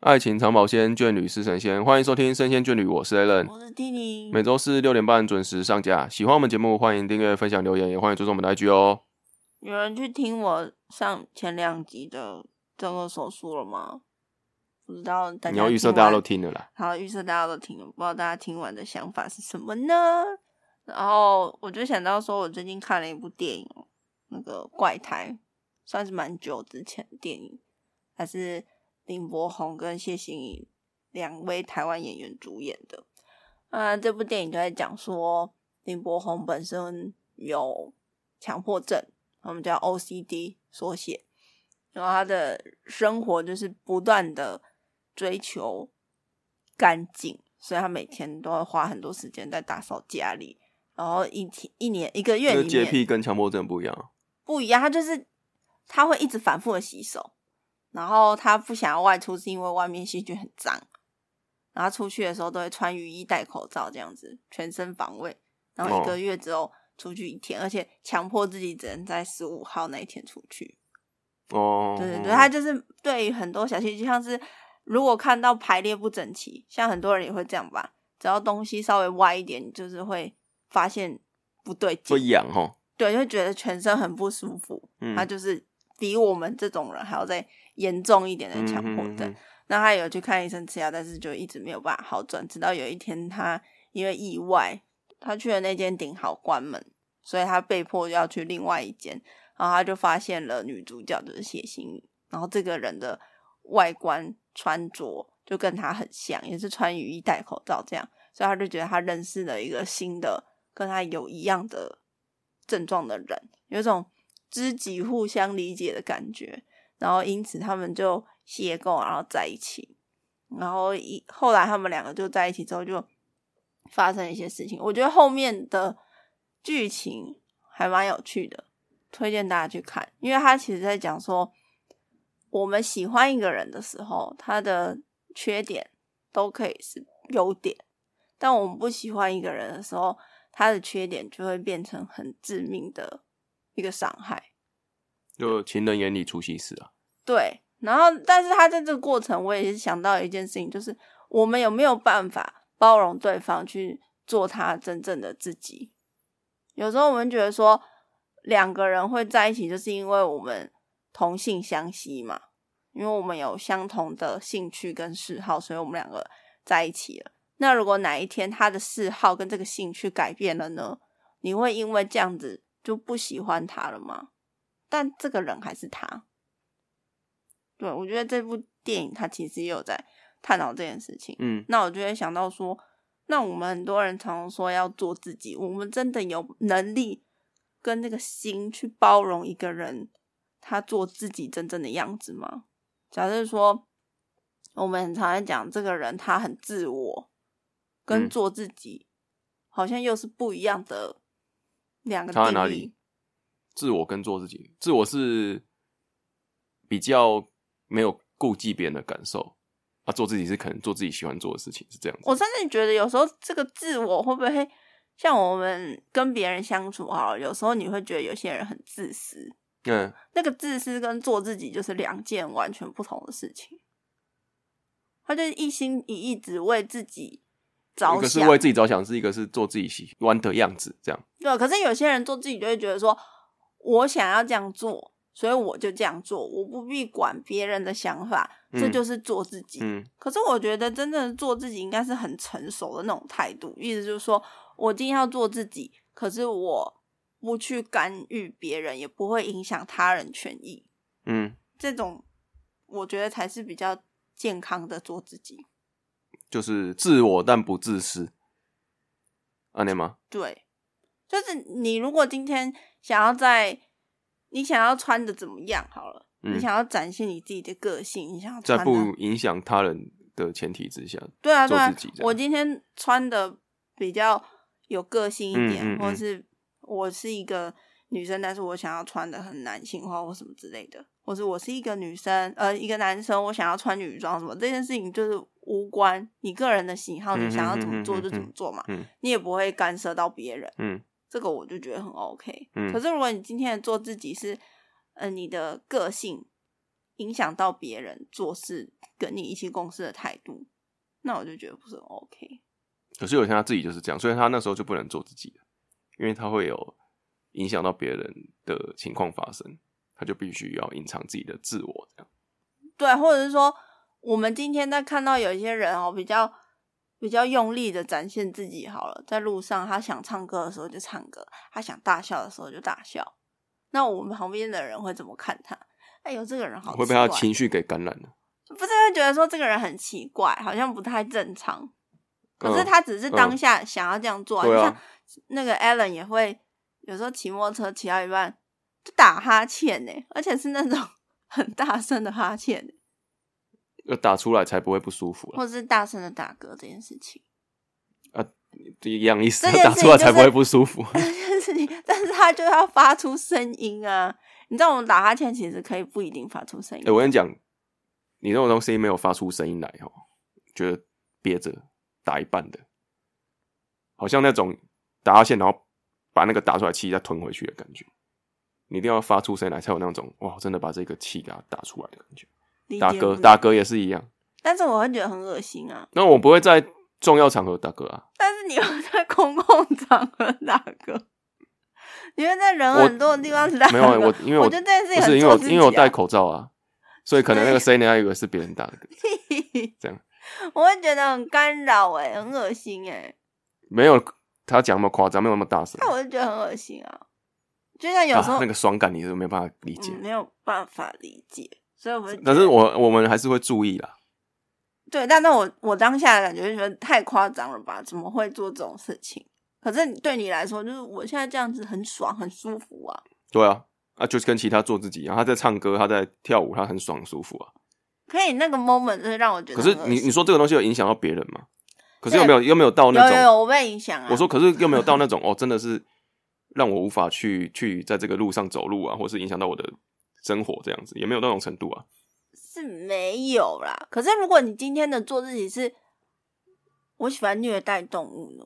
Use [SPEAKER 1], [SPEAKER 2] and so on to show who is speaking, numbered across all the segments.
[SPEAKER 1] 爱情长保鲜，眷侣是神仙。欢迎收听《生鲜眷侣》，我是 Allen。
[SPEAKER 2] 我是蒂妮。
[SPEAKER 1] 每周四六点半准时上架。喜欢我们节目，欢迎订阅、分享、留言，也欢迎追踪我们的 IG 哦。
[SPEAKER 2] 有人去听我上前两集的整个手术了吗？不知道大家
[SPEAKER 1] 你要预设
[SPEAKER 2] 听
[SPEAKER 1] 大家
[SPEAKER 2] 完
[SPEAKER 1] 都听了啦，
[SPEAKER 2] 好，预测大家都听了，不知道大家听完的想法是什么呢？然后我就想到说，我最近看了一部电影，哦那个《怪胎》，算是蛮久之前的电影，还是林柏宏跟谢欣怡两位台湾演员主演的。啊，这部电影就在讲说，林柏宏本身有强迫症，我们叫 OCD 缩写，然后他的生活就是不断的追求干净，所以他每天都会花很多时间在打扫家里，然后一天一年一个月
[SPEAKER 1] 这
[SPEAKER 2] 里
[SPEAKER 1] 洁
[SPEAKER 2] 面
[SPEAKER 1] 癖跟强迫症不一样。
[SPEAKER 2] 不一样，他就是他会一直反复的洗手，然后他不想要外出是因为外面细菌很脏，然后出去的时候都会穿雨衣、戴口罩这样子，全身防卫，然后一
[SPEAKER 1] 哦
[SPEAKER 2] 个月之后出去一天，而且强迫自己只能在十五号那一天出去。
[SPEAKER 1] 哦，
[SPEAKER 2] 对对对，他就是对于很多小细节，像是如果看到排列不整齐，像很多人也会这样吧，只要东西稍微歪一点，你就是会发现不对劲
[SPEAKER 1] 会，痒哈。
[SPEAKER 2] 对，就会觉得全身很不舒服。
[SPEAKER 1] 嗯
[SPEAKER 2] 他就是比我们这种人还要再严重一点的
[SPEAKER 1] 嗯
[SPEAKER 2] 强迫症。那他有去看医生吃药，但是就一直没有办法好转，直到有一天他因为意外，他去的那间顶好关门，所以他被迫要去另外一间，然后他就发现了女主角就是谢欣怡，然后这个人的外观穿着就跟他很像，也是穿雨衣戴口罩这样，所以他就觉得他认识了一个新的跟他有一样的症状的人，有一种知己互相理解的感觉。然后因此他们就邂逅，然后在一起。然后一后来他们两个就在一起之后，就发生一些事情。我觉得后面的剧情还蛮有趣的，推荐大家去看，因为他其实在讲说，我们喜欢一个人的时候，他的缺点都可以是优点，但我们不喜欢一个人的时候，他的缺点就会变成很致命的一个伤害。
[SPEAKER 1] 就情人眼里出西施啊。
[SPEAKER 2] 对，然后但是他在这个过程，我也是想到一件事情，就是我们有没有办法包容对方去做他真正的自己？有时候我们觉得说两个人会在一起，就是因为我们同性相吸嘛，因为我们有相同的兴趣跟嗜好，所以我们两个在一起了。那如果哪一天他的嗜好跟这个兴趣改变了呢？你会因为这样子就不喜欢他了吗？但这个人还是他，对，我觉得这部电影它其实也有在探讨这件事情。
[SPEAKER 1] 嗯，
[SPEAKER 2] 那我就会想到说，那我们很多人常常说要做自己，我们真的有能力跟那个心去包容一个人他做自己真正的样子吗？假设说，我们很常在讲这个人他很自我，跟
[SPEAKER 1] 嗯
[SPEAKER 2] 做自己、好像又是不一样的两个
[SPEAKER 1] 差在
[SPEAKER 2] 定
[SPEAKER 1] 哪
[SPEAKER 2] 义
[SPEAKER 1] 里。？自我跟做自己，自我是比较没有顾忌别人的感受啊，做自己是可能做自己喜欢做的事情，是这样子。
[SPEAKER 2] 我甚至觉得有时候这个自我会不会 像我们跟别人相处好了，有时候你会觉得有些人很自私，
[SPEAKER 1] 嗯，
[SPEAKER 2] 那个自私跟做自己就是两件完全不同的事情。他就是一心一意只为自己
[SPEAKER 1] 一
[SPEAKER 2] 着
[SPEAKER 1] 个是
[SPEAKER 2] 想，
[SPEAKER 1] 为自己着想，是一个是做自己喜欢的样子，这样。
[SPEAKER 2] 对，可是有些人做自己就会觉得说，我想要这样做，所以我就这样做，我不必管别人的想法，这
[SPEAKER 1] 嗯
[SPEAKER 2] 就是做自己。
[SPEAKER 1] 嗯
[SPEAKER 2] 可是我觉得真正的做自己应该是很成熟的那种态度，意思就是说我今天要做自己，可是我不去干预别人，也不会影响他人权益，
[SPEAKER 1] 嗯，
[SPEAKER 2] 这种我觉得才是比较健康的做自己。
[SPEAKER 1] 就是自我但不自私，啊，你吗？
[SPEAKER 2] 对，就是你如果今天想要在你想要穿的怎么样好了，
[SPEAKER 1] 嗯
[SPEAKER 2] 你，想要展现你自己的个性，你想要
[SPEAKER 1] 在
[SPEAKER 2] 穿的
[SPEAKER 1] 不影响他人的前提之下，
[SPEAKER 2] 对啊，
[SPEAKER 1] 做
[SPEAKER 2] 对啊
[SPEAKER 1] 自己这，样
[SPEAKER 2] 我今天穿的比较有个性一点，
[SPEAKER 1] 嗯嗯嗯
[SPEAKER 2] 或者是我是一个女生，但是我想要穿的很男性化或什么之类的，或是我是一个女生，呃，一个男生，我想要穿女装什么，这件事情就是无关你个人的喜好，
[SPEAKER 1] 嗯
[SPEAKER 2] 你想要
[SPEAKER 1] 嗯嗯
[SPEAKER 2] 怎么做
[SPEAKER 1] 嗯
[SPEAKER 2] 就
[SPEAKER 1] 嗯
[SPEAKER 2] 怎么做嘛，
[SPEAKER 1] 嗯
[SPEAKER 2] 你也不会干涉到别人。
[SPEAKER 1] 嗯
[SPEAKER 2] 这个我就觉得很 OK。
[SPEAKER 1] 嗯
[SPEAKER 2] 可是如果你今天做自己是，呃，你的个性影响到别人做事跟你一起共事的态度，那我就觉得不是很 OK。
[SPEAKER 1] 可是有些他自己就是这样，所以他那时候就不能做自己了，因为他会有影响到别人的情况发生，他就必须要隐藏自己的自我，这样。
[SPEAKER 2] 对，或者是说，我们今天在看到有一些人哦，比较比较用力的展现自己好了，在路上他想唱歌的时候就唱歌，他想大笑的时候就大笑。那我们旁边的人会怎么看他？哎呦，这个人好
[SPEAKER 1] 会被他的情绪给感染的。
[SPEAKER 2] 不是会觉得说这个人很奇怪，好像不太正常。可是他只是当下想要这样做、
[SPEAKER 1] 嗯对啊
[SPEAKER 2] 你像那个 Allen 也会有时候骑摩托车骑到一半就打哈欠呢，而且是那种 很大声的哈欠，
[SPEAKER 1] 要打出来才不会不舒服啊了，
[SPEAKER 2] 或者是大声的打嗝这件事情。
[SPEAKER 1] 一样意思
[SPEAKER 2] 这，件事
[SPEAKER 1] 打
[SPEAKER 2] 情
[SPEAKER 1] 出来才
[SPEAKER 2] 就是
[SPEAKER 1] 不会不舒服。
[SPEAKER 2] 这件事情，但是他就要发出声音啊！你知道我们打哈欠其实可以不一定发出声音
[SPEAKER 1] 哎、，我跟你讲，你那种东西没有发出声音来哦，觉得憋着打一半的，好像那种打哈欠，然后把那个打出来气再吞回去的感觉。你一定要发出声来，才有那种哇，真的把这个气给它打出来的感觉。
[SPEAKER 2] 理
[SPEAKER 1] 打
[SPEAKER 2] 解不
[SPEAKER 1] 嗝，
[SPEAKER 2] 了
[SPEAKER 1] 打嗝也是一样。
[SPEAKER 2] 但是我会觉得很恶心啊！
[SPEAKER 1] 那我不会在重要场合打嗝啊，
[SPEAKER 2] 但是你又 在公共场合打嗝， 你会在人很多的地方打嗝。
[SPEAKER 1] 没有啊我因为我
[SPEAKER 2] 我觉得这件事
[SPEAKER 1] 不
[SPEAKER 2] 情
[SPEAKER 1] 是
[SPEAKER 2] 很
[SPEAKER 1] 因为我
[SPEAKER 2] 做自己啊
[SPEAKER 1] 因为我戴口罩啊，所以可能那个声音人家以为是别人打的。这样，
[SPEAKER 2] 我会觉得很干扰哎、很恶心哎、
[SPEAKER 1] 没有他讲那么夸张，没有那么大声。
[SPEAKER 2] 那我就觉得很恶心啊！就像有时候、
[SPEAKER 1] 嗯啊、那个爽感你是没办法理解
[SPEAKER 2] 嗯、，没有办法理解，所以我就
[SPEAKER 1] 但是我我们还是会注意啦。
[SPEAKER 2] 对，但那我我当下的感觉就觉得太夸张了吧？怎么会做这种事情？可是对你来说，就是我现在这样子很爽，很舒服啊。
[SPEAKER 1] 对啊，啊，就是跟其他做自己一啊样，他在唱歌，他在跳舞，他很爽舒服啊。
[SPEAKER 2] 可以，那个 moment 就是让我觉
[SPEAKER 1] 可
[SPEAKER 2] 得很
[SPEAKER 1] 是
[SPEAKER 2] 恶心。
[SPEAKER 1] 你你说这个东西有影响到别人吗？可是
[SPEAKER 2] 对
[SPEAKER 1] 又没有又没有到那
[SPEAKER 2] 有
[SPEAKER 1] 种，
[SPEAKER 2] 有有，我被影响啊。
[SPEAKER 1] 我说可是又没有到那种哦，真的是让我无法去去在这个路上走路啊，或是影响到我的生活这样子，也没有到那种程度啊。
[SPEAKER 2] 是没有啦。可是如果你今天的做自己是，我喜欢虐待动物呢，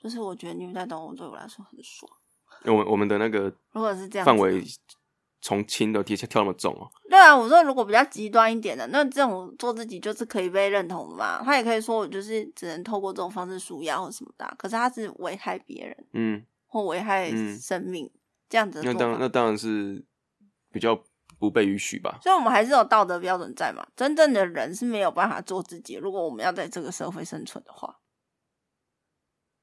[SPEAKER 2] 就是我觉得虐待动物对我来说很爽。
[SPEAKER 1] 因为我们我们的那个
[SPEAKER 2] 如果是这样子
[SPEAKER 1] 范围从轻的跳跳那么重哦、
[SPEAKER 2] 对啊，我说如果比较极端一点的，那这种做自己就是可以被认同的嘛。他也可以说我就是只能透过这种方式舒压或什么的啊、可是他是危害别人
[SPEAKER 1] 嗯，
[SPEAKER 2] 或危害
[SPEAKER 1] 嗯
[SPEAKER 2] 生命、这样子的
[SPEAKER 1] 那
[SPEAKER 2] 做
[SPEAKER 1] 当
[SPEAKER 2] 法
[SPEAKER 1] 那当然是比较不被允许吧。
[SPEAKER 2] 所以我们还是有道德标准在嘛。真正的人是没有办法做自己，如果我们要在这个社会生存的话，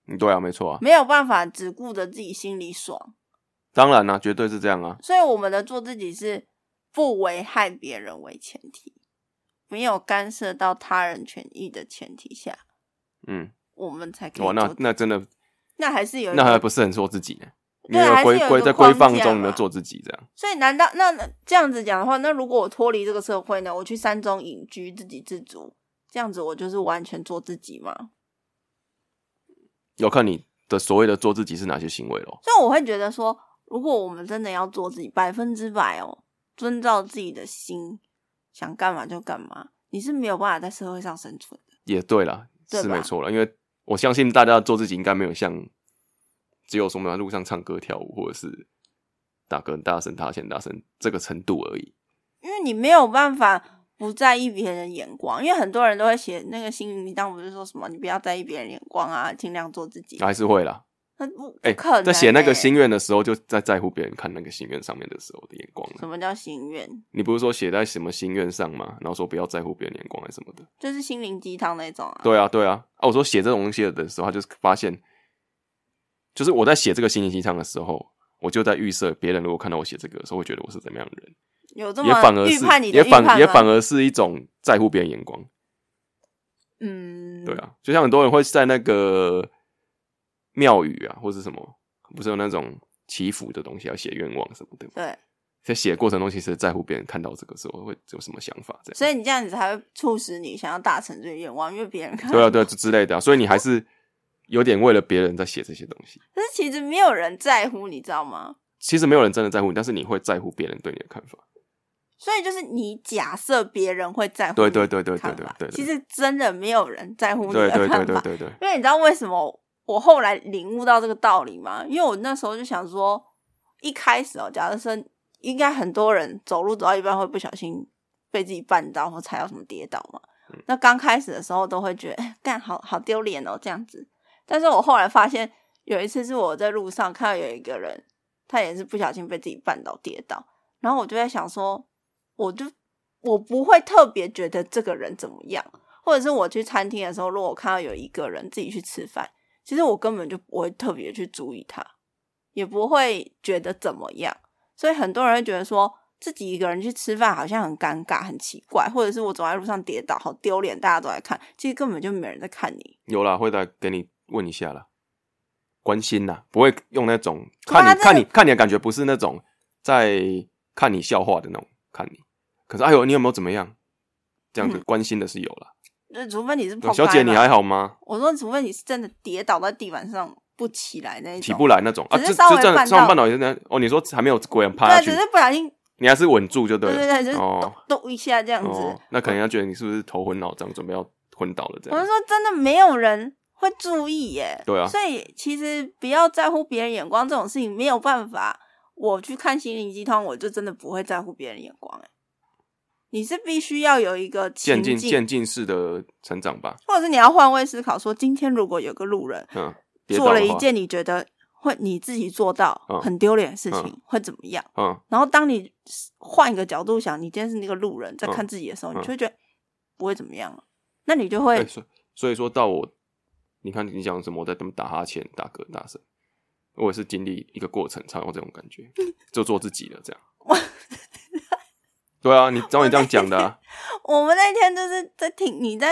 [SPEAKER 1] 嗯，对啊，没错啊，
[SPEAKER 2] 没有办法只顾着自己心里爽。
[SPEAKER 1] 当然啦、绝对是这样啊。
[SPEAKER 2] 所以我们的做自己是不危害别人为前提，没有干涉到他人权益的前提下，
[SPEAKER 1] 嗯，
[SPEAKER 2] 我们才可以
[SPEAKER 1] 哇，
[SPEAKER 2] 做
[SPEAKER 1] 那
[SPEAKER 2] 自己。
[SPEAKER 1] 那真的，
[SPEAKER 2] 那还是有一
[SPEAKER 1] 那
[SPEAKER 2] 个
[SPEAKER 1] 还不是很做自己呢。
[SPEAKER 2] 对
[SPEAKER 1] 因为
[SPEAKER 2] 还是
[SPEAKER 1] 规
[SPEAKER 2] 有一
[SPEAKER 1] 规
[SPEAKER 2] 个
[SPEAKER 1] 在规
[SPEAKER 2] 框
[SPEAKER 1] 范
[SPEAKER 2] 架
[SPEAKER 1] 中，你
[SPEAKER 2] 嘛
[SPEAKER 1] 要做自己这样。
[SPEAKER 2] 所以难道那那这样子讲的话，那如果我脱离这个社会呢？我去山中隐居，自给自足，这样子我就是完全做自己嘛？
[SPEAKER 1] 要看你的所谓的做自己是哪些行为咯。
[SPEAKER 2] 所以我会觉得说，如果我们真的要做自己，百分之百哦，遵照自己的心，想干嘛就干嘛，你是没有办法在社会上生存的。
[SPEAKER 1] 也对啦，
[SPEAKER 2] 对
[SPEAKER 1] 是
[SPEAKER 2] 吧
[SPEAKER 1] 没错了。因为我相信大家做自己应该没有像只有什么路上唱歌跳舞，或者是打歌很大声、大声、大声这个程度而已。
[SPEAKER 2] 因为你没有办法不在意别人眼光，因为很多人都会写那个心灵鸡汤，不是说什么你不要在意别人眼光啊，尽量做自己。
[SPEAKER 1] 还是会啦。
[SPEAKER 2] 那不不
[SPEAKER 1] 哎、
[SPEAKER 2] 可能、欸
[SPEAKER 1] 在写那个心愿的时候，就在在乎别人看那个心愿上面的时候的眼光了。
[SPEAKER 2] 什么叫心愿？
[SPEAKER 1] 你不是说写在什么心愿上吗？然后说不要在乎别人眼光还是什么的。
[SPEAKER 2] 就是心灵鸡汤那种啊。
[SPEAKER 1] 对啊，对啊。啊，我说写这种东西的时候，他就是发现，就是我在写这个心灵鸡汤的时候，我就在预设别人如果看到我写这个的时候，会觉得我是怎么样的人。
[SPEAKER 2] 有这么
[SPEAKER 1] 也反而
[SPEAKER 2] 预
[SPEAKER 1] 是
[SPEAKER 2] 判你的
[SPEAKER 1] 也
[SPEAKER 2] 预判吗
[SPEAKER 1] 反也反而是一种在乎别人眼光，
[SPEAKER 2] 嗯，
[SPEAKER 1] 对，啊，就像很多人会在那个庙宇啊，或是什么，不是有那种祈福的东西要写愿望什么的吗，
[SPEAKER 2] 对，
[SPEAKER 1] 在写过程中其实在乎别人看到这个时候会有什么想法，这样，
[SPEAKER 2] 所以你这样子才会促使你想要达成这个愿望，因为别人看。
[SPEAKER 1] 对啊，对啊，之之类的、啊，所以你还是有点为了别人在写这些东西，
[SPEAKER 2] 可是其实没有人在乎，你知道吗？
[SPEAKER 1] 其实没有人真的在乎你，但是你会在乎别人对你的看法，
[SPEAKER 2] 所以就是你假设别人会在乎
[SPEAKER 1] 对
[SPEAKER 2] 你
[SPEAKER 1] 对
[SPEAKER 2] 的看法，
[SPEAKER 1] 对对对对对对
[SPEAKER 2] 其实真的没有人在乎你的
[SPEAKER 1] 对对
[SPEAKER 2] 看法，
[SPEAKER 1] 对对对对，
[SPEAKER 2] 因为你知道为什么我后来领悟到这个道理吗？因为我那时候就想说，一开始哦，假设说应该很多人走路走到一半会不小心被自己绊倒或踩到什么跌倒嘛。那刚开始的时候都会觉得，哎干好好丢脸哦这样子。但是我后来发现，有一次是我在路上看到有一个人，他也是不小心被自己绊倒跌倒，然后我就在想说，我就我不会特别觉得这个人怎么样，或者是我去餐厅的时候，如果我看到有一个人自己去吃饭，其实我根本就不会特别去注意他，也不会觉得怎么样。所以很多人会觉得说自己一个人去吃饭好像很尴尬、很奇怪，或者是我走在路上跌倒好丢脸，大家都在看，其实根本就没人在看你。
[SPEAKER 1] 有啦，会来给你问一下啦，关心啦，不会用那种看
[SPEAKER 2] 哇
[SPEAKER 1] 你
[SPEAKER 2] 他真
[SPEAKER 1] 看
[SPEAKER 2] 的
[SPEAKER 1] 你看你的感觉，不是那种在看你笑话的那种看你。可是哎呦，你有没有怎么样？这样子
[SPEAKER 2] 嗯
[SPEAKER 1] 关心的是有啦。
[SPEAKER 2] 那除非你是碰
[SPEAKER 1] 小姐，你还好吗？
[SPEAKER 2] 我说，除非你是真的跌倒在地板上不起来那一种，
[SPEAKER 1] 起不来那种啊，
[SPEAKER 2] 只
[SPEAKER 1] 这
[SPEAKER 2] 是
[SPEAKER 1] 这
[SPEAKER 2] 稍微
[SPEAKER 1] 这
[SPEAKER 2] 绊
[SPEAKER 1] 样上
[SPEAKER 2] 到
[SPEAKER 1] 半岛也是那样哦。你说还没有鬼人趴下
[SPEAKER 2] 对，啊
[SPEAKER 1] 去
[SPEAKER 2] 只，是不小心，
[SPEAKER 1] 你还是稳住就对
[SPEAKER 2] 对
[SPEAKER 1] 了。
[SPEAKER 2] 对对，就是
[SPEAKER 1] 哦
[SPEAKER 2] 咚咚一下这样子。
[SPEAKER 1] 哦，那可能要觉得你是不是头昏脑胀，准备要昏倒了这
[SPEAKER 2] 我是
[SPEAKER 1] 样。
[SPEAKER 2] 说，真的没有人会注意耶。
[SPEAKER 1] 对啊
[SPEAKER 2] 所以其实不要在乎别人眼光这种事情，没有办法。我去看心灵鸡汤，我就真的不会在乎别人眼光。哎，你是必须要有一个情
[SPEAKER 1] 渐
[SPEAKER 2] 境，
[SPEAKER 1] 进渐进式的成长吧，
[SPEAKER 2] 或者是你要换位思考说今天如果有个路人
[SPEAKER 1] 嗯，跌倒
[SPEAKER 2] 做
[SPEAKER 1] 的
[SPEAKER 2] 了一
[SPEAKER 1] 话，
[SPEAKER 2] 件你觉得会你自己做到
[SPEAKER 1] 嗯
[SPEAKER 2] 很丢脸的事情，
[SPEAKER 1] 嗯
[SPEAKER 2] 会怎么样？
[SPEAKER 1] 嗯，
[SPEAKER 2] 然后当你换一个角度想，你今天是那个路人在看
[SPEAKER 1] 嗯
[SPEAKER 2] 自己的时候，
[SPEAKER 1] 嗯
[SPEAKER 2] 你就会觉得不会怎么样了。那你就会、
[SPEAKER 1] 哎所以所以说到我，你看你讲什么，我在跟打哈欠、打嗝、大声，我也是经历一个过程才有这种感觉，就做自己了 这样。对啊，你照你这样讲的、啊，
[SPEAKER 2] 我们那天就是在听你在，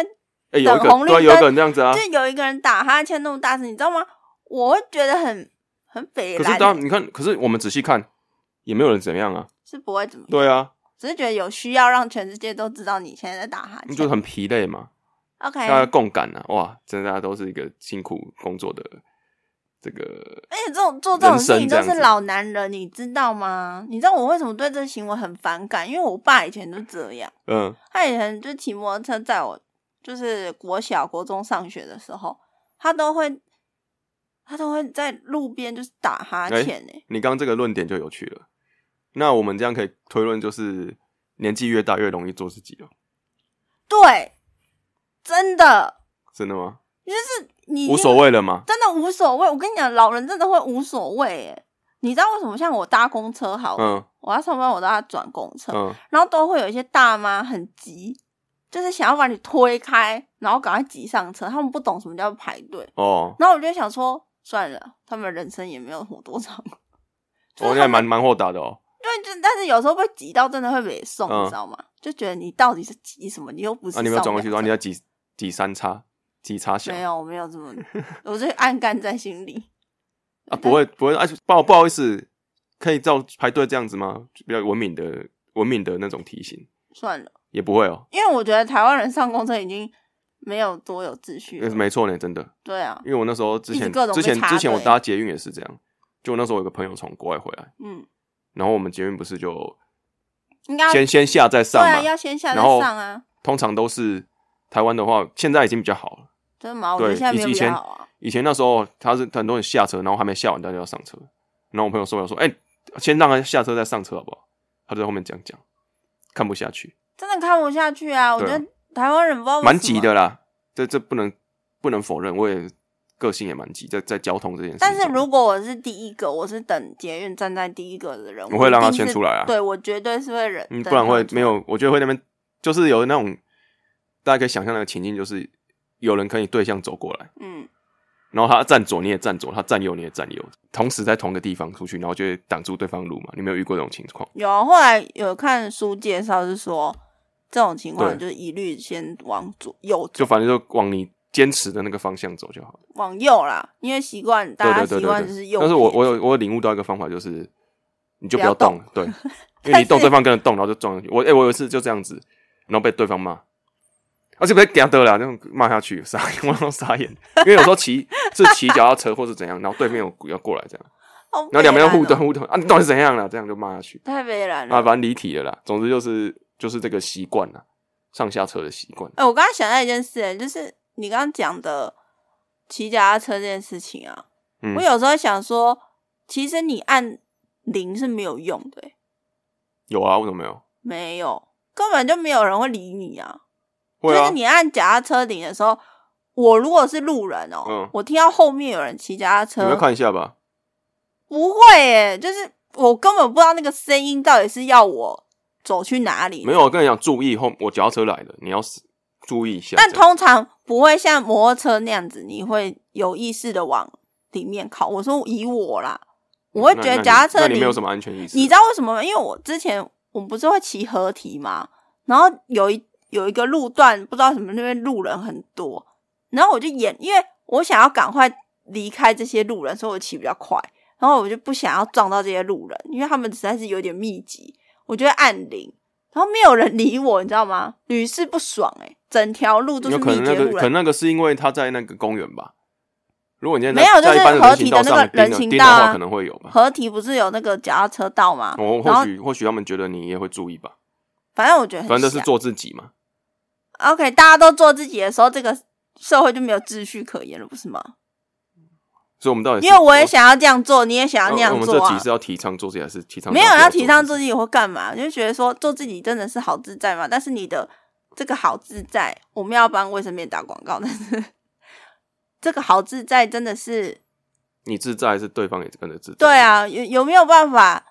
[SPEAKER 1] 哎、有一个
[SPEAKER 2] 等红绿
[SPEAKER 1] 对啊、有一个
[SPEAKER 2] 灯
[SPEAKER 1] 人这样子啊
[SPEAKER 2] 就，有一个人打哈欠那么大声，你知道吗？我会觉得很很北
[SPEAKER 1] 可是
[SPEAKER 2] 蓝欸
[SPEAKER 1] 当你看，可是我们仔细看，也没有人怎么样啊。
[SPEAKER 2] 是不会怎么样，
[SPEAKER 1] 对啊，
[SPEAKER 2] 只是觉得有需要让全世界都知道你现在在打哈欠。
[SPEAKER 1] 就是很疲累嘛，大家
[SPEAKER 2] OK，
[SPEAKER 1] 共感啊，哇，真的大家都是一个辛苦工作的这个
[SPEAKER 2] 而且这种做这种事情
[SPEAKER 1] 人生这样
[SPEAKER 2] 都
[SPEAKER 1] 子
[SPEAKER 2] 是老男人，你知道吗？你知道我为什么对这行为很反感？因为我爸以前就这样，
[SPEAKER 1] 嗯
[SPEAKER 2] 他以前就骑摩托车载我，就是国小、国中上学的时候，他都会他都会在路边就是打哈
[SPEAKER 1] 哎
[SPEAKER 2] 欠欸呢、
[SPEAKER 1] 你刚刚这个论点就有趣了。那我们这样可以推论，就是年纪越大越容易做自己哦了，
[SPEAKER 2] 对，真的
[SPEAKER 1] 真的吗？
[SPEAKER 2] 你
[SPEAKER 1] 无所
[SPEAKER 2] 谓，
[SPEAKER 1] 谓了吗？
[SPEAKER 2] 真的无所谓。我跟你讲，老人真的会无所谓耶。你知道为什么？像我搭公车好了，
[SPEAKER 1] 嗯
[SPEAKER 2] 我要上班，我都要转公车，
[SPEAKER 1] 嗯，
[SPEAKER 2] 然后都会有一些大妈很急，就是想要把你推开，然后赶快挤上车。他们不懂什么叫排队，
[SPEAKER 1] 哦，
[SPEAKER 2] 然后我就想说，算了，他们人生也没有活多长。
[SPEAKER 1] 我那还蛮蛮豁达的哦。
[SPEAKER 2] 对，就但是有时候被挤到，真的会被送，
[SPEAKER 1] 嗯
[SPEAKER 2] 你知道吗？就觉得你到底是挤什么？你又不是
[SPEAKER 1] 那啊
[SPEAKER 2] 上
[SPEAKER 1] 你
[SPEAKER 2] 不
[SPEAKER 1] 没
[SPEAKER 2] 了车。
[SPEAKER 1] 有转过去，然后你在挤挤三叉，挤叉小
[SPEAKER 2] 没有，我没有这么，我是暗干在心里。
[SPEAKER 1] 啊？不会不会，哎，不好不好意思，可以照排队这样子吗？就比较文明的文明的那种提醒，
[SPEAKER 2] 算了，
[SPEAKER 1] 也不会哦。
[SPEAKER 2] 因为我觉得台湾人上公车已经没有多有秩序
[SPEAKER 1] 也是
[SPEAKER 2] 了。
[SPEAKER 1] 没错呢，真的。
[SPEAKER 2] 对啊，
[SPEAKER 1] 因为我那时候之
[SPEAKER 2] 一
[SPEAKER 1] 前
[SPEAKER 2] 直各种被
[SPEAKER 1] 之前
[SPEAKER 2] 插队
[SPEAKER 1] 之前我搭捷运也是这样，就我那时候有个朋友从国外回来，
[SPEAKER 2] 嗯，
[SPEAKER 1] 然后我们捷运不是就
[SPEAKER 2] 应该要
[SPEAKER 1] 先先下再上
[SPEAKER 2] 对
[SPEAKER 1] 嘛，
[SPEAKER 2] 啊，要先下再
[SPEAKER 1] 然后
[SPEAKER 2] 上啊。
[SPEAKER 1] 通常都是台湾的话，现在已经比较好了。
[SPEAKER 2] 真的吗？我觉
[SPEAKER 1] 对，
[SPEAKER 2] 得现在没有
[SPEAKER 1] 以
[SPEAKER 2] 比
[SPEAKER 1] 以
[SPEAKER 2] 较
[SPEAKER 1] 前
[SPEAKER 2] 好啊。
[SPEAKER 1] 以前那时候他是很多人下车，然后还没下完，大家就要上车。然后我朋友受不了说：“哎、先让他下车再上车好不好？”他就在后面讲讲，看不下去，
[SPEAKER 2] 真的看不下去啊！我觉
[SPEAKER 1] 对啊
[SPEAKER 2] 得台湾人不知道为
[SPEAKER 1] 蛮
[SPEAKER 2] 什
[SPEAKER 1] 急
[SPEAKER 2] 么
[SPEAKER 1] 的。啦。这这不能不能否认，我也个性也蛮急，在在交通这件事情
[SPEAKER 2] 但
[SPEAKER 1] 上。
[SPEAKER 2] 是如果我是第一个，我是等捷运站在第一个的人，
[SPEAKER 1] 我会让
[SPEAKER 2] 一
[SPEAKER 1] 他
[SPEAKER 2] 定
[SPEAKER 1] 先
[SPEAKER 2] 是
[SPEAKER 1] 出来啊
[SPEAKER 2] 对，我绝对是会忍，
[SPEAKER 1] 嗯，
[SPEAKER 2] 等
[SPEAKER 1] 不然会
[SPEAKER 2] 他出
[SPEAKER 1] 没。
[SPEAKER 2] 来
[SPEAKER 1] 有，我觉得会那边就是有那种大家可以想象那个情境，就是有人跟你对向走过来，
[SPEAKER 2] 嗯，
[SPEAKER 1] 然后他站左你也站左，他站右你也站右，同时在同个地方出去，然后就会挡住对方路嘛。你没有遇过这种情况？
[SPEAKER 2] 有啊后来有看书介绍是说，这种情
[SPEAKER 1] 对
[SPEAKER 2] 况就是一律先往左右
[SPEAKER 1] 就反正就往你坚持的那个方向走就好了。
[SPEAKER 2] 往右啦，因为习惯大家
[SPEAKER 1] 对对
[SPEAKER 2] 习
[SPEAKER 1] 对对
[SPEAKER 2] 惯
[SPEAKER 1] 对。
[SPEAKER 2] 就是右
[SPEAKER 1] 但
[SPEAKER 2] 撇。
[SPEAKER 1] 是我我有我有领悟到一个方法，就是你就
[SPEAKER 2] 不
[SPEAKER 1] 不要
[SPEAKER 2] 要动
[SPEAKER 1] 动，对， 因为你动对方跟着动，然后就撞上去。我哎、我有一次就这样子，然后被对方骂，而且被给他得了，那种骂下去，傻眼， 我都傻眼。因为有时候骑是骑脚踏车或是怎样，然后对面有要过来这样，
[SPEAKER 2] 好
[SPEAKER 1] 然后两边
[SPEAKER 2] 北
[SPEAKER 1] 互
[SPEAKER 2] 蓝哦
[SPEAKER 1] 动互动啊，你到底是怎样了？这样就骂下去
[SPEAKER 2] 太悲然了。
[SPEAKER 1] 啊，反正离题了啦。总之就是就是这个习惯啦，上下车的习惯。
[SPEAKER 2] 哎、我刚刚想到一件事，就是你刚刚讲的骑脚踏车这件事情啊，
[SPEAKER 1] 嗯
[SPEAKER 2] 我有时候想说，其实你按铃是没有用的欸、
[SPEAKER 1] 有啊，为什么没有？
[SPEAKER 2] 没有，根本就没有人会理你啊。
[SPEAKER 1] 会
[SPEAKER 2] 就
[SPEAKER 1] 啊
[SPEAKER 2] 是，你按脚踏车顶的时候，我如果是路人哦、
[SPEAKER 1] 嗯
[SPEAKER 2] 我听到后面有人骑脚踏
[SPEAKER 1] 你们
[SPEAKER 2] 车，
[SPEAKER 1] 看一下吧。
[SPEAKER 2] 不会耶，就是我根本不知道那个声音到底是要我走去哪里。
[SPEAKER 1] 没有，我跟你讲，注意后我脚踏车来了，你要是注意一下。
[SPEAKER 2] 但
[SPEAKER 1] 这样
[SPEAKER 2] 通常不会像摩托车那样子，你会有意识的往里面靠。我说以我啦，我会
[SPEAKER 1] 那
[SPEAKER 2] 觉
[SPEAKER 1] 嗯
[SPEAKER 2] 得
[SPEAKER 1] 那你
[SPEAKER 2] 脚踏车
[SPEAKER 1] 那
[SPEAKER 2] 里
[SPEAKER 1] 你没有什么安全意识，
[SPEAKER 2] 你知道为什么吗？因为我之前我们不是会骑合体吗？然后有一有一个路段，不知道为什么那边路人很多，然后我就演，因为我想要赶快离开这些路人，所以我骑比较快，然后我就不想要撞到这些路人，因为他们实在是有点密集，我就会按铃，然后没有人理我，你知道吗？屡试不爽、欸，整条路都是
[SPEAKER 1] 有可
[SPEAKER 2] 密
[SPEAKER 1] 能
[SPEAKER 2] 集
[SPEAKER 1] 那
[SPEAKER 2] 的
[SPEAKER 1] 个
[SPEAKER 2] 路
[SPEAKER 1] 可能
[SPEAKER 2] 人。
[SPEAKER 1] 那个是因为他在那个公园吧。如果你现在
[SPEAKER 2] 没有
[SPEAKER 1] 在
[SPEAKER 2] 就是
[SPEAKER 1] 在一般的
[SPEAKER 2] 合
[SPEAKER 1] 人
[SPEAKER 2] 体
[SPEAKER 1] 行道
[SPEAKER 2] 的那个
[SPEAKER 1] 上盯
[SPEAKER 2] 人
[SPEAKER 1] 的
[SPEAKER 2] 行
[SPEAKER 1] 盯的
[SPEAKER 2] 道啊
[SPEAKER 1] 话，可能会有吧。
[SPEAKER 2] 合体不是有那个脚踏车道吗？
[SPEAKER 1] 我
[SPEAKER 2] 然
[SPEAKER 1] 或
[SPEAKER 2] 后
[SPEAKER 1] 许或许他们觉得你也会注意吧，
[SPEAKER 2] 反正我觉得很
[SPEAKER 1] 反正是
[SPEAKER 2] 瞎
[SPEAKER 1] 做自己嘛。
[SPEAKER 2] OK，大家都做自己的时候，这个社会就没有秩序可言了，不是吗？
[SPEAKER 1] 所以我们到底是
[SPEAKER 2] 因为我也想要这样做，你也想要那
[SPEAKER 1] 呃
[SPEAKER 2] 样
[SPEAKER 1] 我们
[SPEAKER 2] 做
[SPEAKER 1] 这
[SPEAKER 2] 啊
[SPEAKER 1] 集。是要提倡做自己，还是提倡
[SPEAKER 2] 没有
[SPEAKER 1] 大家
[SPEAKER 2] 要
[SPEAKER 1] 不
[SPEAKER 2] 提倡
[SPEAKER 1] 自
[SPEAKER 2] 自
[SPEAKER 1] 己？
[SPEAKER 2] 己或干嘛，就觉得说做自己真的是好自在嘛。但是你的这个好自在，我们要帮卫生棉打广告，但是 这个好自在真的是
[SPEAKER 1] 你自在，还是对方也跟着自在？
[SPEAKER 2] 对，啊，有有没有办法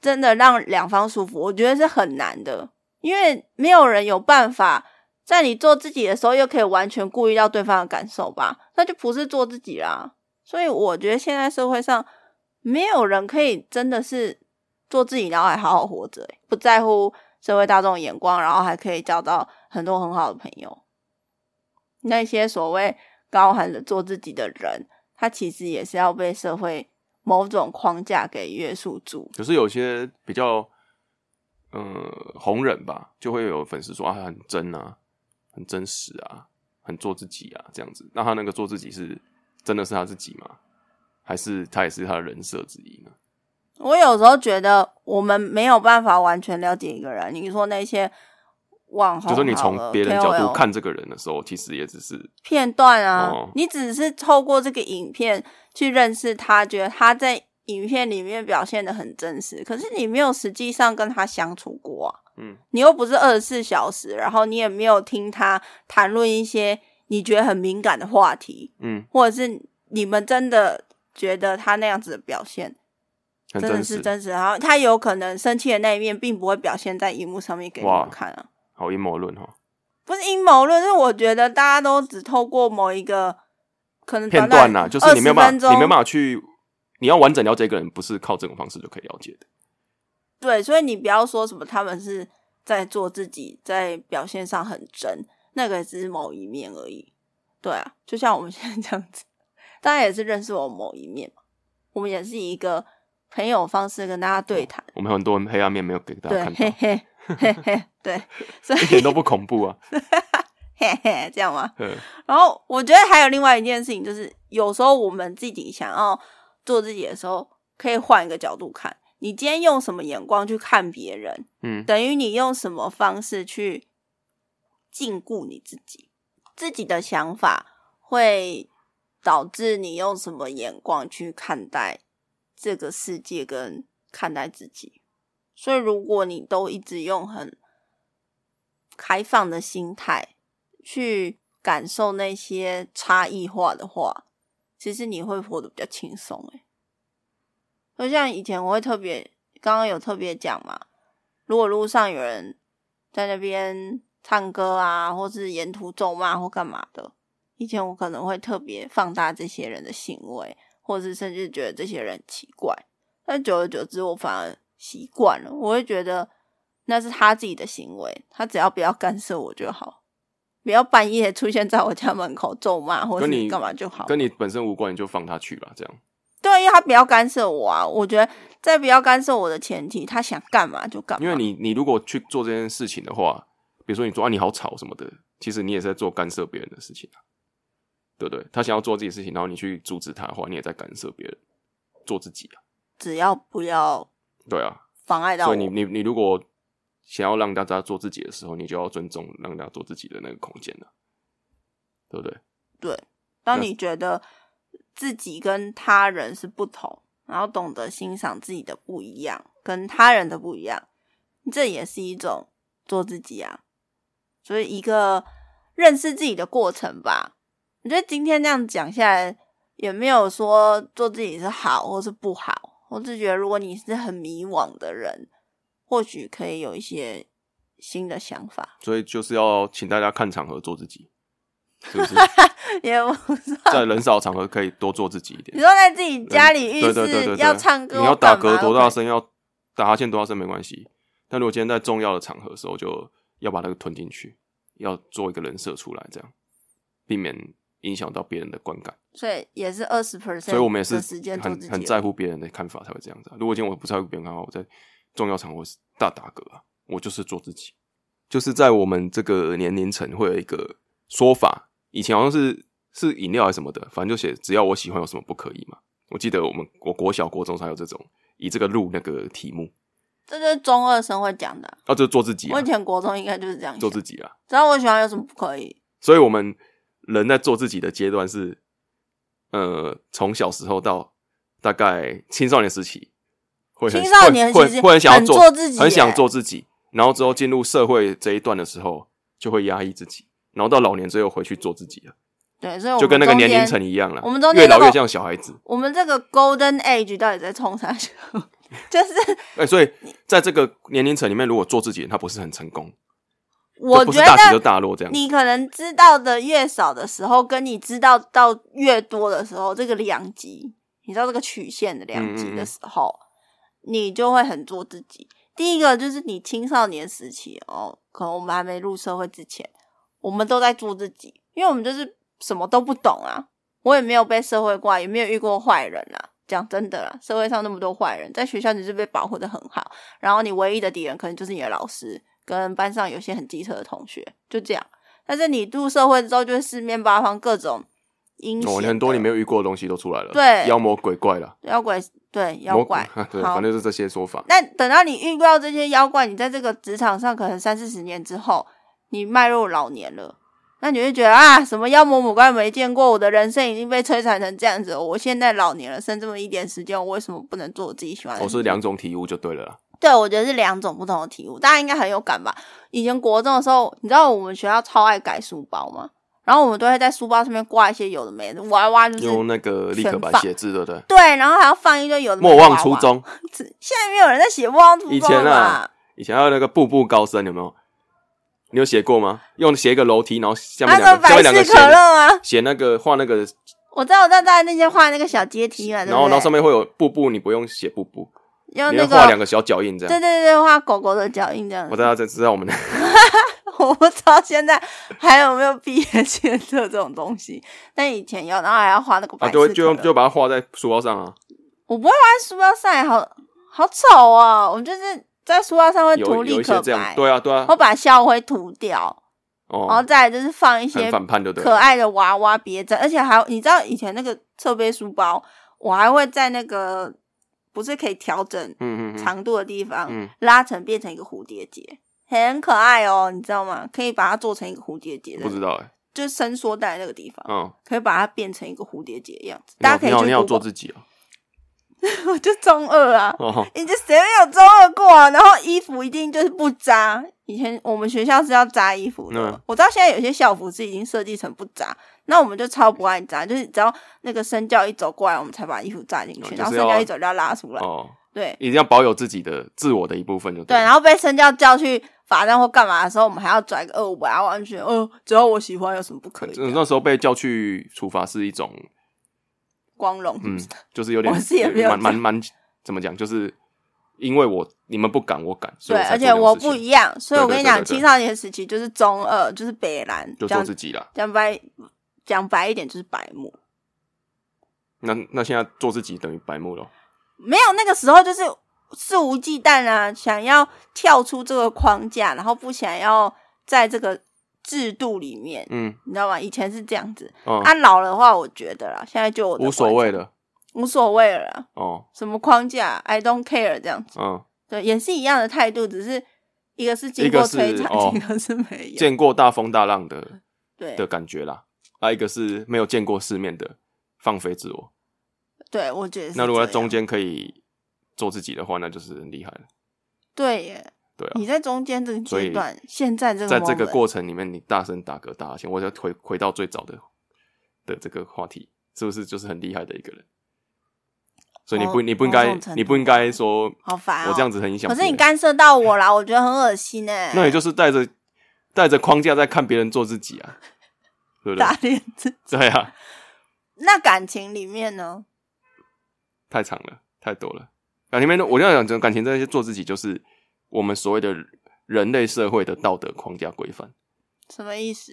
[SPEAKER 2] 真的让两方舒服？我觉得是很难的，因为没有人有办法在你做自己的时候，又可以完全顾虑到对方的感受吧？那就不是做自己啦。所以我觉得现在社会上没有人可以真的是做自己，然后还好好活着、欸不在乎社会大众的眼光，然后还可以交到很多很好的朋友。那些所谓高喊着做自己的人，他其实也是要被社会某种框架给约束住。
[SPEAKER 1] 可是有些比较，呃，红人吧，就会有粉丝说啊，他很真啊，很真实啊，很做自己啊，这样子。那他那个做自己是真的是他自己吗？还是他也是他的人设之一呢？
[SPEAKER 2] 我有时候觉得我们没有办法完全了解一个人。你说那些网红
[SPEAKER 1] 就
[SPEAKER 2] 好了，
[SPEAKER 1] 说你从别人角
[SPEAKER 2] KOL
[SPEAKER 1] 度看这个人的时候，其实也只是
[SPEAKER 2] 哦片段啊，
[SPEAKER 1] 哦
[SPEAKER 2] 你只是透过这个影片去认识他，觉得他在影片里面表现的很真实，可是你没有实际上跟他相处过啊。
[SPEAKER 1] 嗯，
[SPEAKER 2] 你又不是二十四小时，然后你也没有听他谈论一些你觉得很敏感的话题，
[SPEAKER 1] 嗯，
[SPEAKER 2] 或者是你们真的觉得他那样子的表现
[SPEAKER 1] 很
[SPEAKER 2] 真的
[SPEAKER 1] 真
[SPEAKER 2] 是
[SPEAKER 1] 实，
[SPEAKER 2] 真实，然后他有可能生气的那一面并不会表现在荧幕上面给你
[SPEAKER 1] 哇
[SPEAKER 2] 们看啊，
[SPEAKER 1] 好阴谋论哈，
[SPEAKER 2] 不是阴谋论，是我觉得大家都只透过某一个可能
[SPEAKER 1] 片
[SPEAKER 2] 短短
[SPEAKER 1] 段呐、啊就是你没有
[SPEAKER 2] 20
[SPEAKER 1] 办
[SPEAKER 2] 分
[SPEAKER 1] 法，
[SPEAKER 2] 钟
[SPEAKER 1] 你没有办法去，你要完整了解一个人，不是靠这种方式就可以了解的。
[SPEAKER 2] 对，所以你不要说什么他们是在做自己，在表现上很真，那个只是某一面而已。对啊，就像我们 现在这样子，大家也是认识我某一面嘛，我们也是以一个朋友方式跟大家对谈，
[SPEAKER 1] 我们很多人黑暗面没有给哦大
[SPEAKER 2] 对
[SPEAKER 1] 家，看
[SPEAKER 2] 嘿
[SPEAKER 1] 到，
[SPEAKER 2] 嘿嘿嘿， 对，所以
[SPEAKER 1] 一点都不恐怖啊。
[SPEAKER 2] 嘿嘿这样吗？
[SPEAKER 1] 嗯
[SPEAKER 2] 然后我觉得还有另外一件事情，就是有时候我们自己想要做自己的时候，可以换一个角度看。你今天用什么眼光去看别人，
[SPEAKER 1] 嗯，
[SPEAKER 2] 等于你用什么方式去禁锢你自己，自己的想法会导致你用什么眼光去看待这个世界跟看待自己。所以，如果你都一直用很开放的心态去感受那些差异化的话，其实你会活得比较轻松、欸。就像以前我会特别，刚刚有特别讲嘛，如果路上有人在那边唱歌啊，或是沿途咒骂或干嘛的，以前我可能会特别放大这些人的行为，或是甚至觉得这些人很奇怪。但久而久之，我反而习惯了，我会觉得那是他自己的行为，他只要不要干涉我就好，不要半夜出现在我家门口咒骂或
[SPEAKER 1] 跟你
[SPEAKER 2] 是干嘛就好。
[SPEAKER 1] 跟你本身无关，你就放他去吧，这样。
[SPEAKER 2] 对，因为他不要干涉我啊。我觉得在不要干涉我的前提，他想干嘛就干嘛。
[SPEAKER 1] 因为你你如果去做这件事情的话，比如说你说啊你好吵什么的，其实你也是在做干涉别人的事情啊，对不对？他想要做自己的事情，然后你去阻止他的话，你也在干涉别人做自己啊，
[SPEAKER 2] 只要不要
[SPEAKER 1] 对啊。
[SPEAKER 2] 妨碍到
[SPEAKER 1] 所
[SPEAKER 2] 我，
[SPEAKER 1] 以你你你如果想要让大家做自己的时候，你就要尊重让大家做自己的那个空间了、对不对？
[SPEAKER 2] 当你觉得自己跟他人是不同，然后懂得欣赏自己的不一样，跟他人的不一样，这也是一种做自己啊，所以一个认识自己的过程吧。我觉得今天这样讲下来，也没有说做自己是好或是不好。我只觉得，如果你是很迷惘的人，或许可以有一些新的想法，
[SPEAKER 1] 所以就是要请大家看场合做自己，是不 是？
[SPEAKER 2] 也不知道。
[SPEAKER 1] 在人少场合可以多做自己一
[SPEAKER 2] 你
[SPEAKER 1] 点。
[SPEAKER 2] 说在自己家里浴
[SPEAKER 1] 嗯对对对
[SPEAKER 2] 室
[SPEAKER 1] 对对，
[SPEAKER 2] 要唱歌，
[SPEAKER 1] 你要打嗝多大声，
[SPEAKER 2] 声？
[SPEAKER 1] 要打哈欠多大声没关系。但如果今天在重要的场合的时候，就要把那个吞进去，要做一个人设出来，这样避免影响到别人的观感。
[SPEAKER 2] 所以也是二十 percent，
[SPEAKER 1] 所以我们也是
[SPEAKER 2] 时间做
[SPEAKER 1] 很
[SPEAKER 2] 自己
[SPEAKER 1] 很在乎别人的看法才会这样子啊、如果今天我不在乎别人看法，我在重要场合是大打嗝啊，我就是做自己。就是在我们这个年龄层会有一个说法，以前好像是是饮料还是什么的，反正就写只要我喜欢有什么不可以嘛。我记得我们我国小国中才有这种以这个录那个题目，
[SPEAKER 2] 这就是中二生会讲的啊、
[SPEAKER 1] 啊，就是做自己、啊
[SPEAKER 2] 我以，前国中应该就是这样
[SPEAKER 1] 做
[SPEAKER 2] 想，
[SPEAKER 1] 自己啊。
[SPEAKER 2] 只要我喜欢有什么不可以？
[SPEAKER 1] 所以我们人在做自己的阶段是，呃，从小时候到大概青少年时期，会很
[SPEAKER 2] 青少
[SPEAKER 1] 会
[SPEAKER 2] 年其
[SPEAKER 1] 会
[SPEAKER 2] 实
[SPEAKER 1] 会很想要
[SPEAKER 2] 很
[SPEAKER 1] 做
[SPEAKER 2] 做自己
[SPEAKER 1] 很想
[SPEAKER 2] 耶
[SPEAKER 1] 做自己，然后之后进入社会这一段的时候，就会压抑自己，然后到老年之后回去做自己了，
[SPEAKER 2] 对，所以我们
[SPEAKER 1] 就跟那个年龄层
[SPEAKER 2] 中间
[SPEAKER 1] 一样了，
[SPEAKER 2] 我们中间
[SPEAKER 1] 越
[SPEAKER 2] 那
[SPEAKER 1] 老越
[SPEAKER 2] 个
[SPEAKER 1] 像小孩子。
[SPEAKER 2] 我们这个 golden age 到底在冲啥？ 就是
[SPEAKER 1] 哎、所以在这个年龄层里面，如果做自己，他不是很成功，
[SPEAKER 2] 我
[SPEAKER 1] 就不
[SPEAKER 2] 觉
[SPEAKER 1] 是大起就
[SPEAKER 2] 得
[SPEAKER 1] 大落这样。
[SPEAKER 2] 你可能知道的越少的时候，跟你知道到越多的时候，这个两极，你知道这个曲线的两极的时候，
[SPEAKER 1] 嗯
[SPEAKER 2] 你就会很做自己。第一个就是你青少年时期哦，可能我们还没入社会之前，我们都在做自己，因为我们就是什么都不懂啊。我也没有被社会挂，也没有遇过坏人啊。讲真的啦，社会上那么多坏人，在学校你是被保护的很好，然后你唯一的敌人可能就是你的老师跟班上有些很机车的同学，就这样。但是你入社会之后，就是四面八方各种阴险的、
[SPEAKER 1] 哦，很多你没有遇过的东西都出来了，
[SPEAKER 2] 对
[SPEAKER 1] 妖魔鬼怪了，
[SPEAKER 2] 妖怪，对妖
[SPEAKER 1] 魔，
[SPEAKER 2] 怪
[SPEAKER 1] 对，
[SPEAKER 2] 好
[SPEAKER 1] 反正是这些说法。
[SPEAKER 2] 那等到你遇到这些妖怪，你在这个职场上可能三四十年之后，你迈入老年了，那你会觉得啊，什么妖魔鬼怪没见过，我的人生已经被摧残成这样子了，我现在老年了，剩这么一点时间，我为什么不能做我自己喜欢
[SPEAKER 1] 哦，
[SPEAKER 2] 的事？
[SPEAKER 1] 是两种体悟就对了啦。
[SPEAKER 2] 对，我觉得是两种不同的体悟，大家应该很有感吧？以前国中的时候，你知道我们学校超爱改书包吗？然后我们都会在书包上面挂一些有的没的娃娃，就是
[SPEAKER 1] 用那个立可
[SPEAKER 2] 全
[SPEAKER 1] 板
[SPEAKER 2] 放
[SPEAKER 1] 写字，对不对？
[SPEAKER 2] 对，然后还要放一堆有的没
[SPEAKER 1] 莫
[SPEAKER 2] 的
[SPEAKER 1] 忘
[SPEAKER 2] 娃
[SPEAKER 1] 初
[SPEAKER 2] 娃。
[SPEAKER 1] 衷。
[SPEAKER 2] 现在没有人在写莫忘初
[SPEAKER 1] 以
[SPEAKER 2] 衷了
[SPEAKER 1] 前
[SPEAKER 2] 吧？
[SPEAKER 1] 啊以前还有那个步步高升，有没有？你有写过吗？用写一个楼梯，然后下面
[SPEAKER 2] 啊
[SPEAKER 1] 两
[SPEAKER 2] 那种
[SPEAKER 1] 个下
[SPEAKER 2] 百
[SPEAKER 1] 面两个
[SPEAKER 2] 事
[SPEAKER 1] 写
[SPEAKER 2] 可乐啊，
[SPEAKER 1] 写那个画那个，
[SPEAKER 2] 我知道，我知道，大家那些画那个小阶梯嘛，对
[SPEAKER 1] 然后
[SPEAKER 2] 不
[SPEAKER 1] 然后上
[SPEAKER 2] 对？
[SPEAKER 1] 面会有步步，你不用写步步，
[SPEAKER 2] 用
[SPEAKER 1] 你
[SPEAKER 2] 那
[SPEAKER 1] 要画两
[SPEAKER 2] 个，
[SPEAKER 1] 个小脚印这
[SPEAKER 2] 对对
[SPEAKER 1] 样。
[SPEAKER 2] 对，画狗狗的脚印这样
[SPEAKER 1] 我。大家才知道我们的
[SPEAKER 2] 我不知道现在还有没有毕业 监测这种东西，但以前有，然后还要画那个
[SPEAKER 1] 啊，
[SPEAKER 2] 百
[SPEAKER 1] 就
[SPEAKER 2] 事
[SPEAKER 1] 会
[SPEAKER 2] 可
[SPEAKER 1] 就
[SPEAKER 2] 乐。
[SPEAKER 1] 就把它画在书包上啊，
[SPEAKER 2] 我不会画在书包上，也好好丑啊！我就是在书包上会涂
[SPEAKER 1] 有有
[SPEAKER 2] 立
[SPEAKER 1] 一些
[SPEAKER 2] 可
[SPEAKER 1] 这样，
[SPEAKER 2] 白，哦
[SPEAKER 1] 对啊对啊
[SPEAKER 2] 我，把校徽涂掉，然后
[SPEAKER 1] 哦，
[SPEAKER 2] 再来就是放一些
[SPEAKER 1] 很反叛就对
[SPEAKER 2] 可
[SPEAKER 1] 了。
[SPEAKER 2] 爱的娃娃别针，而且还有你知道以前那个侧背书包，我还会在那个不是可以调整
[SPEAKER 1] 嗯嗯嗯，
[SPEAKER 2] 长度的地方、
[SPEAKER 1] 嗯
[SPEAKER 2] 拉成变成一个蝴蝶结，很可爱哦，你知道吗？可以把它做成一个蝴蝶结的
[SPEAKER 1] 不，知道哎，
[SPEAKER 2] 就是伸缩带那个地方，
[SPEAKER 1] 嗯，
[SPEAKER 2] 可以把它变成一个蝴蝶结的样子。
[SPEAKER 1] 你
[SPEAKER 2] 大家
[SPEAKER 1] 好
[SPEAKER 2] 可以
[SPEAKER 1] 你好
[SPEAKER 2] 去
[SPEAKER 1] 你好做
[SPEAKER 2] Google，
[SPEAKER 1] 自己哦，
[SPEAKER 2] 我 就中二啊。
[SPEAKER 1] 哦，
[SPEAKER 2] 你这谁没有中二过啊？然后衣服一定就是不扎。以前我们学校是要扎衣服的，
[SPEAKER 1] 嗯
[SPEAKER 2] 我知道现在有些校服是已经设计成不扎，那我们就超不爱扎，就是只要那个身教一走过来，我们才把衣服扎进去，
[SPEAKER 1] 哦就是
[SPEAKER 2] 然后身
[SPEAKER 1] 要
[SPEAKER 2] 教一走就要拉出 来，
[SPEAKER 1] 哦，
[SPEAKER 2] 对
[SPEAKER 1] 一定要保有自己的自我的一部分就
[SPEAKER 2] 对，
[SPEAKER 1] 了
[SPEAKER 2] 然后被身教叫去罚站或干嘛的时候，我们还要拽个二五八，完全哦，只要我喜欢有什么不可以
[SPEAKER 1] 嗯
[SPEAKER 2] 的？
[SPEAKER 1] 那时候被叫去处罚是一种，
[SPEAKER 2] 光荣是
[SPEAKER 1] 嗯
[SPEAKER 2] 不是？，
[SPEAKER 1] 就是有点呃
[SPEAKER 2] 我是也没有
[SPEAKER 1] 蛮蛮
[SPEAKER 2] 讲
[SPEAKER 1] 蛮怎么讲，就是因为我你们不敢，我敢，所以
[SPEAKER 2] 对，
[SPEAKER 1] 才做
[SPEAKER 2] 而且
[SPEAKER 1] 这种
[SPEAKER 2] 我
[SPEAKER 1] 事情
[SPEAKER 2] 不一样，所以我
[SPEAKER 1] 对对
[SPEAKER 2] 跟你
[SPEAKER 1] 对
[SPEAKER 2] 讲，
[SPEAKER 1] 对对
[SPEAKER 2] 青少年时期就是中二，就是北蓝，
[SPEAKER 1] 就做
[SPEAKER 2] 讲
[SPEAKER 1] 自己啦。
[SPEAKER 2] 讲白讲白一点就是白目。
[SPEAKER 1] 那那现在做自己等于白目了，
[SPEAKER 2] 没有那个时候就是肆无忌惮啊，想要跳出这个框架，然后不想要在这个制度里面，
[SPEAKER 1] 嗯
[SPEAKER 2] 你知道吗？以前是这样子，
[SPEAKER 1] 哦，
[SPEAKER 2] 啊，老的话我觉得啦，现在就我的
[SPEAKER 1] 无所
[SPEAKER 2] 观
[SPEAKER 1] 谓了，
[SPEAKER 2] 无所谓了啦，
[SPEAKER 1] 哦，
[SPEAKER 2] 什么框架，I don't care 这样子，
[SPEAKER 1] 嗯，
[SPEAKER 2] 对，也是一样的态度，只是一个是经
[SPEAKER 1] 一个
[SPEAKER 2] 过
[SPEAKER 1] 是
[SPEAKER 2] 摧残，
[SPEAKER 1] 哦
[SPEAKER 2] 一个是没有，
[SPEAKER 1] 见过大风大浪的
[SPEAKER 2] 对
[SPEAKER 1] 的感觉啦，啊，一个是没有见过世面的放飞自我。
[SPEAKER 2] 对，我觉得是
[SPEAKER 1] 那如果
[SPEAKER 2] 这
[SPEAKER 1] 在中
[SPEAKER 2] 样，
[SPEAKER 1] 间可以做自己的话，那就是很厉害了。
[SPEAKER 2] 对耶，
[SPEAKER 1] 对啊
[SPEAKER 2] 你，在中间这个
[SPEAKER 1] 所
[SPEAKER 2] 阶
[SPEAKER 1] 以
[SPEAKER 2] 段，现在这个
[SPEAKER 1] 在这个
[SPEAKER 2] moment，
[SPEAKER 1] 过程里面，你大声打嗝大喊，我就回回到最早的的这个话题，是不是就是很厉害的一个人？所以你不、
[SPEAKER 2] 某
[SPEAKER 1] 你不应
[SPEAKER 2] 某
[SPEAKER 1] 该
[SPEAKER 2] 种程度
[SPEAKER 1] 你不应该说
[SPEAKER 2] 好烦、哦，
[SPEAKER 1] 我这样子很影响
[SPEAKER 2] 可
[SPEAKER 1] 别人，
[SPEAKER 2] 是你干涉到我啦，我觉得很恶心哎、
[SPEAKER 1] 那也就是带着带着框架在看别人做自己啊，对不对
[SPEAKER 2] 打？脸自己。
[SPEAKER 1] 对啊，
[SPEAKER 2] 那感情里面呢？
[SPEAKER 1] 太长了，太多了。感情面，我要讲，感情这些做自己，就是我们所谓的人类社会的道德框架规范，
[SPEAKER 2] 什么意思？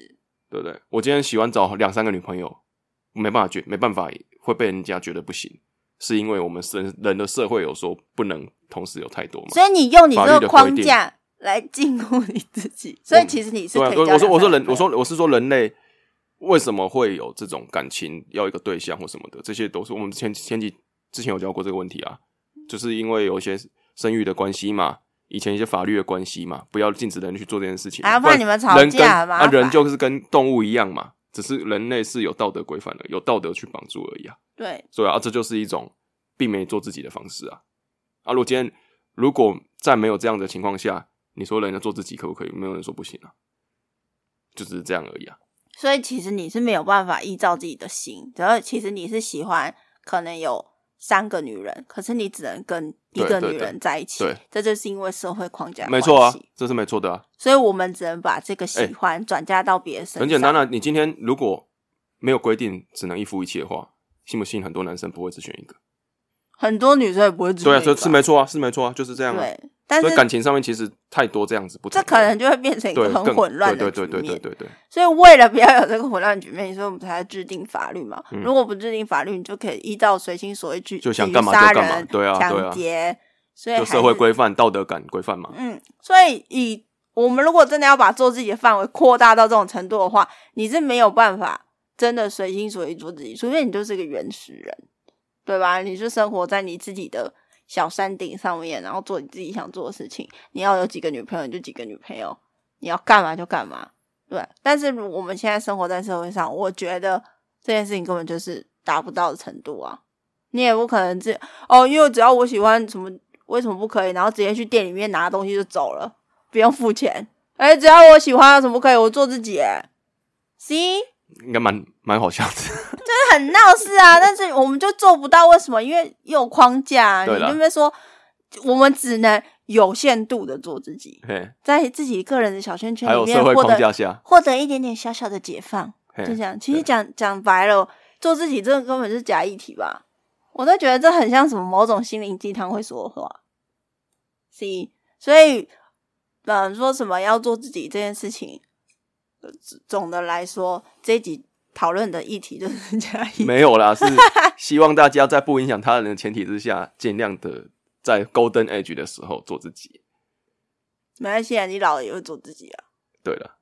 [SPEAKER 1] 对不对？我今天喜欢找两三个女朋友，没办法觉，没办法会被人家觉得不行，是因为我们人人的社会有说不能同时有太多嘛。
[SPEAKER 2] 所以你用你
[SPEAKER 1] 嗯法律
[SPEAKER 2] 这
[SPEAKER 1] 的
[SPEAKER 2] 个
[SPEAKER 1] 规
[SPEAKER 2] 框
[SPEAKER 1] 定
[SPEAKER 2] 架来禁锢你自己，所以
[SPEAKER 1] 我
[SPEAKER 2] 其实你是
[SPEAKER 1] 对
[SPEAKER 2] 可
[SPEAKER 1] 啊
[SPEAKER 2] 以，
[SPEAKER 1] 我
[SPEAKER 2] 交
[SPEAKER 1] 我说
[SPEAKER 2] 两
[SPEAKER 1] 我说人，
[SPEAKER 2] 三个
[SPEAKER 1] 我说我是说人类为什么会有这种感情要一个对象或什么的，这些都是我们前前几之前有聊过这个问题啊，就是因为有一些生育的关系嘛，以前一些法律的关系嘛，不要禁止人去做这件事情，
[SPEAKER 2] 哎呀
[SPEAKER 1] 不然
[SPEAKER 2] 怕你们吵
[SPEAKER 1] 人跟
[SPEAKER 2] 架很麻
[SPEAKER 1] 啊，人
[SPEAKER 2] 烦
[SPEAKER 1] 就是跟动物一样嘛，只是人类是有道德规范的，有道德去绑住而已啊。
[SPEAKER 2] 对，
[SPEAKER 1] 所以啊，这就是一种避免做自己的方式啊。啊，如果今天如果在没有这样的情况下，你说人家做自己可不可以？没有人说不行啊，就只是这样而已啊。
[SPEAKER 2] 所以其实你是没有办法依照自己的心，然后其实你是喜欢可能有三个女人，可是你只能跟一
[SPEAKER 1] 对
[SPEAKER 2] 个
[SPEAKER 1] 对
[SPEAKER 2] 女
[SPEAKER 1] 对
[SPEAKER 2] 人在一起
[SPEAKER 1] 对，
[SPEAKER 2] 这就是因为社会框架的
[SPEAKER 1] 没错啊
[SPEAKER 2] 关系，
[SPEAKER 1] 这是没错的啊，
[SPEAKER 2] 所以我们只能把这个
[SPEAKER 1] 哎
[SPEAKER 2] 喜欢转嫁到别人身上。
[SPEAKER 1] 很简单啊。你今天如果没有规定只能一夫一妻的话，信不信很多男生不会只选一个？
[SPEAKER 2] 很多女生也不会只
[SPEAKER 1] 对啊，
[SPEAKER 2] 愿意
[SPEAKER 1] 这
[SPEAKER 2] 吧
[SPEAKER 1] 是没错啊，是没错啊，就是这样啊。
[SPEAKER 2] 对，但
[SPEAKER 1] 所以感
[SPEAKER 2] 是
[SPEAKER 1] 情上面其实太多这样子不同
[SPEAKER 2] 这
[SPEAKER 1] 的，
[SPEAKER 2] 可能就会变成一
[SPEAKER 1] 对
[SPEAKER 2] 个很
[SPEAKER 1] 更
[SPEAKER 2] 混乱
[SPEAKER 1] 对
[SPEAKER 2] 的
[SPEAKER 1] 对对
[SPEAKER 2] 局
[SPEAKER 1] 对
[SPEAKER 2] 面
[SPEAKER 1] 对对对，
[SPEAKER 2] 所以为了不要有这个混乱局面，所以我们才要制定法律嘛。
[SPEAKER 1] 嗯
[SPEAKER 2] 如果不制定法律，你就可以依照随心所欲去
[SPEAKER 1] 就想
[SPEAKER 2] 去
[SPEAKER 1] 干嘛
[SPEAKER 2] 杀
[SPEAKER 1] 就干嘛
[SPEAKER 2] 人
[SPEAKER 1] 对啊对啊
[SPEAKER 2] 抢劫，所以
[SPEAKER 1] 就
[SPEAKER 2] 还
[SPEAKER 1] 社会
[SPEAKER 2] 是
[SPEAKER 1] 规范、道德感规范嘛。
[SPEAKER 2] 嗯，所以以我们如果真的要把做自己的范围扩大到这种程度的话，你是没有办法真的随心所欲做自己，除非你就是个原始人，对吧？你是生活在你自己的小山顶上面，然后做你自己想做的事情。你要有几个女朋友你就几个女朋友，你要干嘛就干嘛，对。但是我们现在生活在社会上，我觉得这件事情根本就是达不到的程度啊。你也不可能这哦，因为只要我喜欢什么，为什么不可以？然后直接去店里面拿东西就走了，不用付钱。哎、只要我喜欢，有什么不可以？我做自己、欸。See，
[SPEAKER 1] 应该蛮蛮好笑的。
[SPEAKER 2] 这很闹事啊，但是我们就做不到，为什么？因为有框架、啊，
[SPEAKER 1] 对
[SPEAKER 2] 你
[SPEAKER 1] 啦
[SPEAKER 2] 那边说，我们只能有限度的做自己，
[SPEAKER 1] 嘿，
[SPEAKER 2] 在自己个人的小圈圈
[SPEAKER 1] 还
[SPEAKER 2] 里
[SPEAKER 1] 有
[SPEAKER 2] 面
[SPEAKER 1] 社会
[SPEAKER 2] 获
[SPEAKER 1] 框架
[SPEAKER 2] 得
[SPEAKER 1] 下，
[SPEAKER 2] 获得一点点小小的解放。
[SPEAKER 1] 嘿
[SPEAKER 2] 就这样。其实
[SPEAKER 1] 对
[SPEAKER 2] 讲讲白了，做自己这个根本就是假议题吧。我都觉得这很像什么某种心灵鸡汤会说的话。C，所以，嗯，说什么要做自己这件事情，呃总的来说，这一集讨论的议题就是 假议 题。
[SPEAKER 1] 没有 啦，是希望大家在不影响他人的前提之下，尽量的在 Golden Age 的时候做自己。
[SPEAKER 2] 没关系啊，你老了也会做自己啊，
[SPEAKER 1] 对了，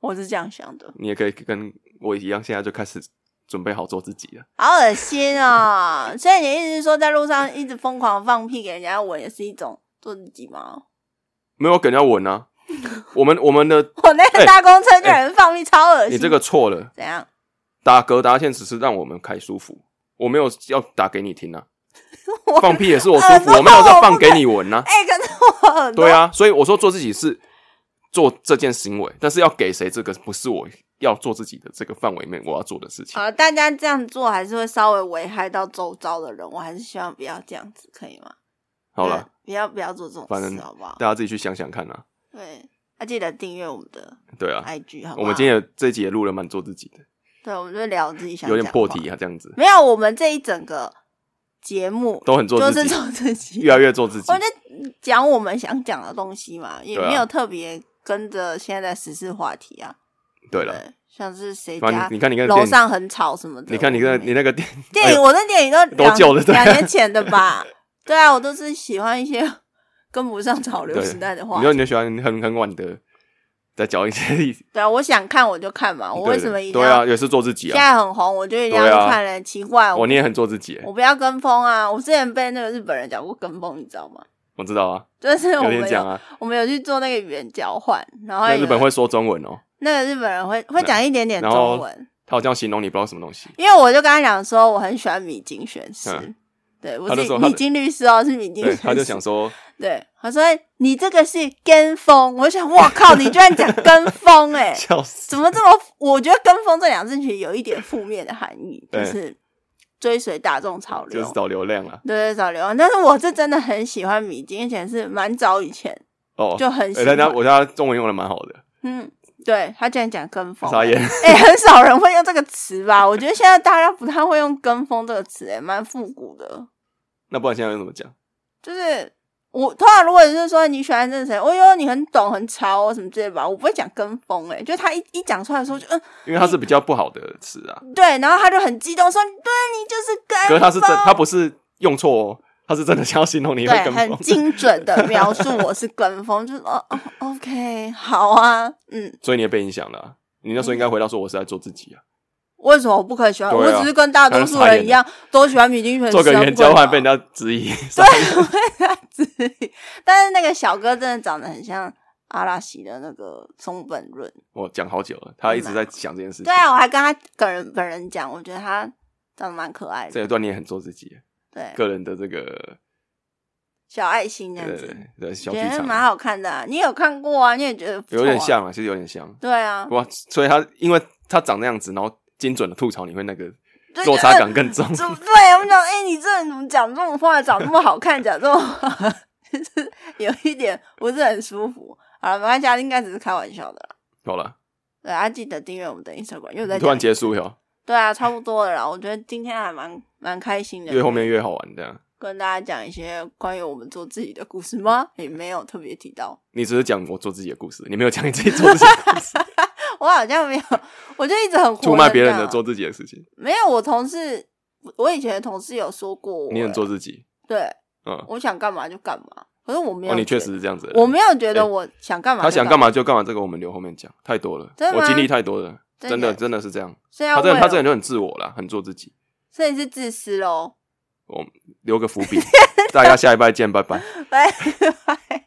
[SPEAKER 2] 我是这样想的。
[SPEAKER 1] 你也可以跟我一样，现在就开始准备好做自己了。
[SPEAKER 2] 好恶心啊、所以你的意思是说，在路上一直疯狂放屁给人家闻，也是一种做自己吗？
[SPEAKER 1] 没有给人家吻 啊，我们我们的
[SPEAKER 2] 我那个
[SPEAKER 1] 哎
[SPEAKER 2] 搭公车就有人放屁，超恶心。
[SPEAKER 1] 你这个错了，
[SPEAKER 2] 怎样？
[SPEAKER 1] 打嗝打线只是让我们开舒服，我没有要打给你听 啊。放屁也是我舒服，
[SPEAKER 2] 呃
[SPEAKER 1] 我没有
[SPEAKER 2] 那
[SPEAKER 1] 在
[SPEAKER 2] 我
[SPEAKER 1] 放
[SPEAKER 2] 不
[SPEAKER 1] 给你闻啊。
[SPEAKER 2] 哎、可是我耳朵
[SPEAKER 1] 对啊，所以我说做自己是做这件行为，但是要给谁这个不是我要做自己的这个范围内我要做的事情。
[SPEAKER 2] 啊，大家这样做还是会稍微危害到周遭的人，我还是希望不要这样子，可以吗？
[SPEAKER 1] 好
[SPEAKER 2] 对
[SPEAKER 1] 了，，
[SPEAKER 2] 不要不要做这
[SPEAKER 1] 反
[SPEAKER 2] 种
[SPEAKER 1] 正
[SPEAKER 2] 事，好不哎好？
[SPEAKER 1] 大家自己去想想看啊。
[SPEAKER 2] 对，啊，记得订阅我们的
[SPEAKER 1] 对啊，
[SPEAKER 2] IG，好不好？哎
[SPEAKER 1] 我们今天也这一集也录了蛮做自己的，
[SPEAKER 2] 对，我们就聊自己想
[SPEAKER 1] 有点
[SPEAKER 2] 讲
[SPEAKER 1] 破
[SPEAKER 2] 话，
[SPEAKER 1] 题啊，这样子
[SPEAKER 2] 没有，我们这一整个节目
[SPEAKER 1] 都很做
[SPEAKER 2] 就
[SPEAKER 1] 自
[SPEAKER 2] 是
[SPEAKER 1] 己，
[SPEAKER 2] 做自己，
[SPEAKER 1] 越来越做自己
[SPEAKER 2] 我。就讲我们想讲的东西嘛，也
[SPEAKER 1] 对啊
[SPEAKER 2] 没有特别跟着现在的时事话题啊。
[SPEAKER 1] 对了，
[SPEAKER 2] 像是谁
[SPEAKER 1] 反
[SPEAKER 2] 家
[SPEAKER 1] 正你看你看
[SPEAKER 2] 楼
[SPEAKER 1] 电影，
[SPEAKER 2] 上很吵什么的。
[SPEAKER 1] 你看你那
[SPEAKER 2] 我
[SPEAKER 1] 你
[SPEAKER 2] 没
[SPEAKER 1] 那个电哎
[SPEAKER 2] 电影，我那电影都
[SPEAKER 1] 多
[SPEAKER 2] 两
[SPEAKER 1] 久了对
[SPEAKER 2] 两年前的 吧？对啊，我都是喜欢一些跟不上潮流
[SPEAKER 1] 对
[SPEAKER 2] 时代的
[SPEAKER 1] 你
[SPEAKER 2] 话
[SPEAKER 1] 说。你就喜欢很很晚的，在讲一些历史，
[SPEAKER 2] 对啊，我想看我就看嘛，我哦为
[SPEAKER 1] 对
[SPEAKER 2] 什么一定
[SPEAKER 1] 对
[SPEAKER 2] 要？
[SPEAKER 1] 啊，也是做自己
[SPEAKER 2] 现
[SPEAKER 1] 啊。
[SPEAKER 2] 在很红，我就一定要
[SPEAKER 1] 对啊
[SPEAKER 2] 去看嘞。奇怪，
[SPEAKER 1] 我
[SPEAKER 2] 我
[SPEAKER 1] 你也很做自己欸，
[SPEAKER 2] 我不要跟风啊！我之前被那个日本人讲过跟风，你知道吗？
[SPEAKER 1] 我知道 啊，
[SPEAKER 2] 就是我
[SPEAKER 1] 有
[SPEAKER 2] 们
[SPEAKER 1] 点讲
[SPEAKER 2] 有
[SPEAKER 1] 啊。
[SPEAKER 2] 我们有去做那个语言交换，然后
[SPEAKER 1] 那
[SPEAKER 2] 有哎
[SPEAKER 1] 日本会说中文哦，
[SPEAKER 2] 那个日本人会会讲一点点
[SPEAKER 1] 然后
[SPEAKER 2] 中文，
[SPEAKER 1] 他好像形容你不知道什么东西。
[SPEAKER 2] 因为我就跟他讲说，我很喜欢米津玄师，
[SPEAKER 1] 嗯
[SPEAKER 2] 对，不
[SPEAKER 1] 他就是说他
[SPEAKER 2] 米
[SPEAKER 1] 的
[SPEAKER 2] 津律师哦，是米津律
[SPEAKER 1] 对，
[SPEAKER 2] 师。
[SPEAKER 1] 他就想说，
[SPEAKER 2] 对，他说你这个是跟风，我就想，哇靠，你居然讲跟 风、哎，
[SPEAKER 1] 笑死，
[SPEAKER 2] 怎么这么？我觉得跟风这两字其实有一点负面的含义，就
[SPEAKER 1] 对
[SPEAKER 2] 是追随大众潮流，
[SPEAKER 1] 就是找流量啊。
[SPEAKER 2] 对对，找流浪。但是我是真的很喜欢米津，而且是蛮早以前
[SPEAKER 1] 哦，
[SPEAKER 2] 就很喜
[SPEAKER 1] 哎，
[SPEAKER 2] 欢。
[SPEAKER 1] 但他我觉得他中文用的蛮好的，
[SPEAKER 2] 嗯，对他竟然讲跟风，
[SPEAKER 1] 傻眼。
[SPEAKER 2] 哎、很少人会用这个词吧？我觉得现在大家不太会用“跟风”这个词、哎，蛮复古的。
[SPEAKER 1] 那不然现在用怎么讲？
[SPEAKER 2] 就是我通常如果是说你喜欢这个谁，哦哟，你很懂很潮哦什么之类的吧，我不会讲跟风、哎，就他一一讲出来的时候就嗯
[SPEAKER 1] 因为它是比较不好的词啊，
[SPEAKER 2] 对，然后他就很激动说，对你就是跟风，
[SPEAKER 1] 可是他是真，他不是用错哦，他是真的想要形容你会
[SPEAKER 2] 对，
[SPEAKER 1] 跟
[SPEAKER 2] 很
[SPEAKER 1] 风。
[SPEAKER 2] 精准的描述我是跟风，就是哦哦，OK，好啊，嗯，
[SPEAKER 1] 所以你也被影响了啊、你那时候应该回到说我是在做自己啊，
[SPEAKER 2] 为什么我不可以喜欢？
[SPEAKER 1] 对
[SPEAKER 2] 我
[SPEAKER 1] 啊
[SPEAKER 2] 只是跟大多数人一样，都喜欢米津玄师
[SPEAKER 1] 做
[SPEAKER 2] 啊，
[SPEAKER 1] 个语言
[SPEAKER 2] 不可以
[SPEAKER 1] 交换
[SPEAKER 2] 吗
[SPEAKER 1] 被人家质疑，
[SPEAKER 2] 对，我会这样子。但是那个小哥真的长得很像阿拉西的那个松本润，
[SPEAKER 1] 我讲好久了，他一直在想这件事情
[SPEAKER 2] 对。啊，我还跟他本人本人讲，我觉得他长得蛮可爱的，
[SPEAKER 1] 这一段你也很做自己，
[SPEAKER 2] 对，
[SPEAKER 1] 个人的这个
[SPEAKER 2] 小爱心这
[SPEAKER 1] 对
[SPEAKER 2] 样
[SPEAKER 1] 对
[SPEAKER 2] 子，
[SPEAKER 1] 对对小
[SPEAKER 2] 觉
[SPEAKER 1] 剧
[SPEAKER 2] 得
[SPEAKER 1] 场
[SPEAKER 2] 蛮
[SPEAKER 1] 啊，
[SPEAKER 2] 好看的、啊。你有看过啊？你也觉得、不错啊
[SPEAKER 1] 有点，像啊，其实有点像。
[SPEAKER 2] 对啊，
[SPEAKER 1] 哇，所以他因为他长那样子，然后精准的吐槽，你会那个
[SPEAKER 2] 对
[SPEAKER 1] 落差感更重。
[SPEAKER 2] 怎么对？我们讲，哎、你这人怎么讲这种话，长这么好看，讲这种话，就是有一点不是很舒服。好了，没关系啊，应该只是开玩笑的啦。
[SPEAKER 1] 好了，
[SPEAKER 2] 对啊，记得订阅我们的 Instagram，又在
[SPEAKER 1] 突然
[SPEAKER 2] 讲。
[SPEAKER 1] 结束哟，
[SPEAKER 2] 对啊，差不多了啦。我觉得今天还蛮蛮开心的，
[SPEAKER 1] 越后面越好玩这样。
[SPEAKER 2] 跟大家讲一些关于我们做自己的故事吗？也没有特别提到，
[SPEAKER 1] 你只是讲我做自己的故事，你没有讲你自己做自己的故事，
[SPEAKER 2] 我好像没有，我就一直很活
[SPEAKER 1] 出卖别人
[SPEAKER 2] 这
[SPEAKER 1] 的
[SPEAKER 2] 样
[SPEAKER 1] 做自己的事情，
[SPEAKER 2] 没有。我同事，我以前的同事有说过我，
[SPEAKER 1] 你很做自己，
[SPEAKER 2] 对，
[SPEAKER 1] 嗯，
[SPEAKER 2] 我想干嘛就干嘛，可是我没有、
[SPEAKER 1] 哦，你确实是这样子的人。
[SPEAKER 2] 我没有觉得
[SPEAKER 1] 哎
[SPEAKER 2] 我想干嘛、
[SPEAKER 1] 他想
[SPEAKER 2] 干
[SPEAKER 1] 干？嘛就干嘛，这个我们留后面讲，太多了，
[SPEAKER 2] 真的吗
[SPEAKER 1] 我经历太多了，
[SPEAKER 2] 真
[SPEAKER 1] 真的
[SPEAKER 2] 的
[SPEAKER 1] 真的是这样。
[SPEAKER 2] 所以要
[SPEAKER 1] 他这个
[SPEAKER 2] 为
[SPEAKER 1] 他
[SPEAKER 2] 了
[SPEAKER 1] 这个人就很自我啦，很做自己，
[SPEAKER 2] 所以是自私 喽。
[SPEAKER 1] 我留个伏笔，大家下一拜见，拜拜。
[SPEAKER 2] 拜拜。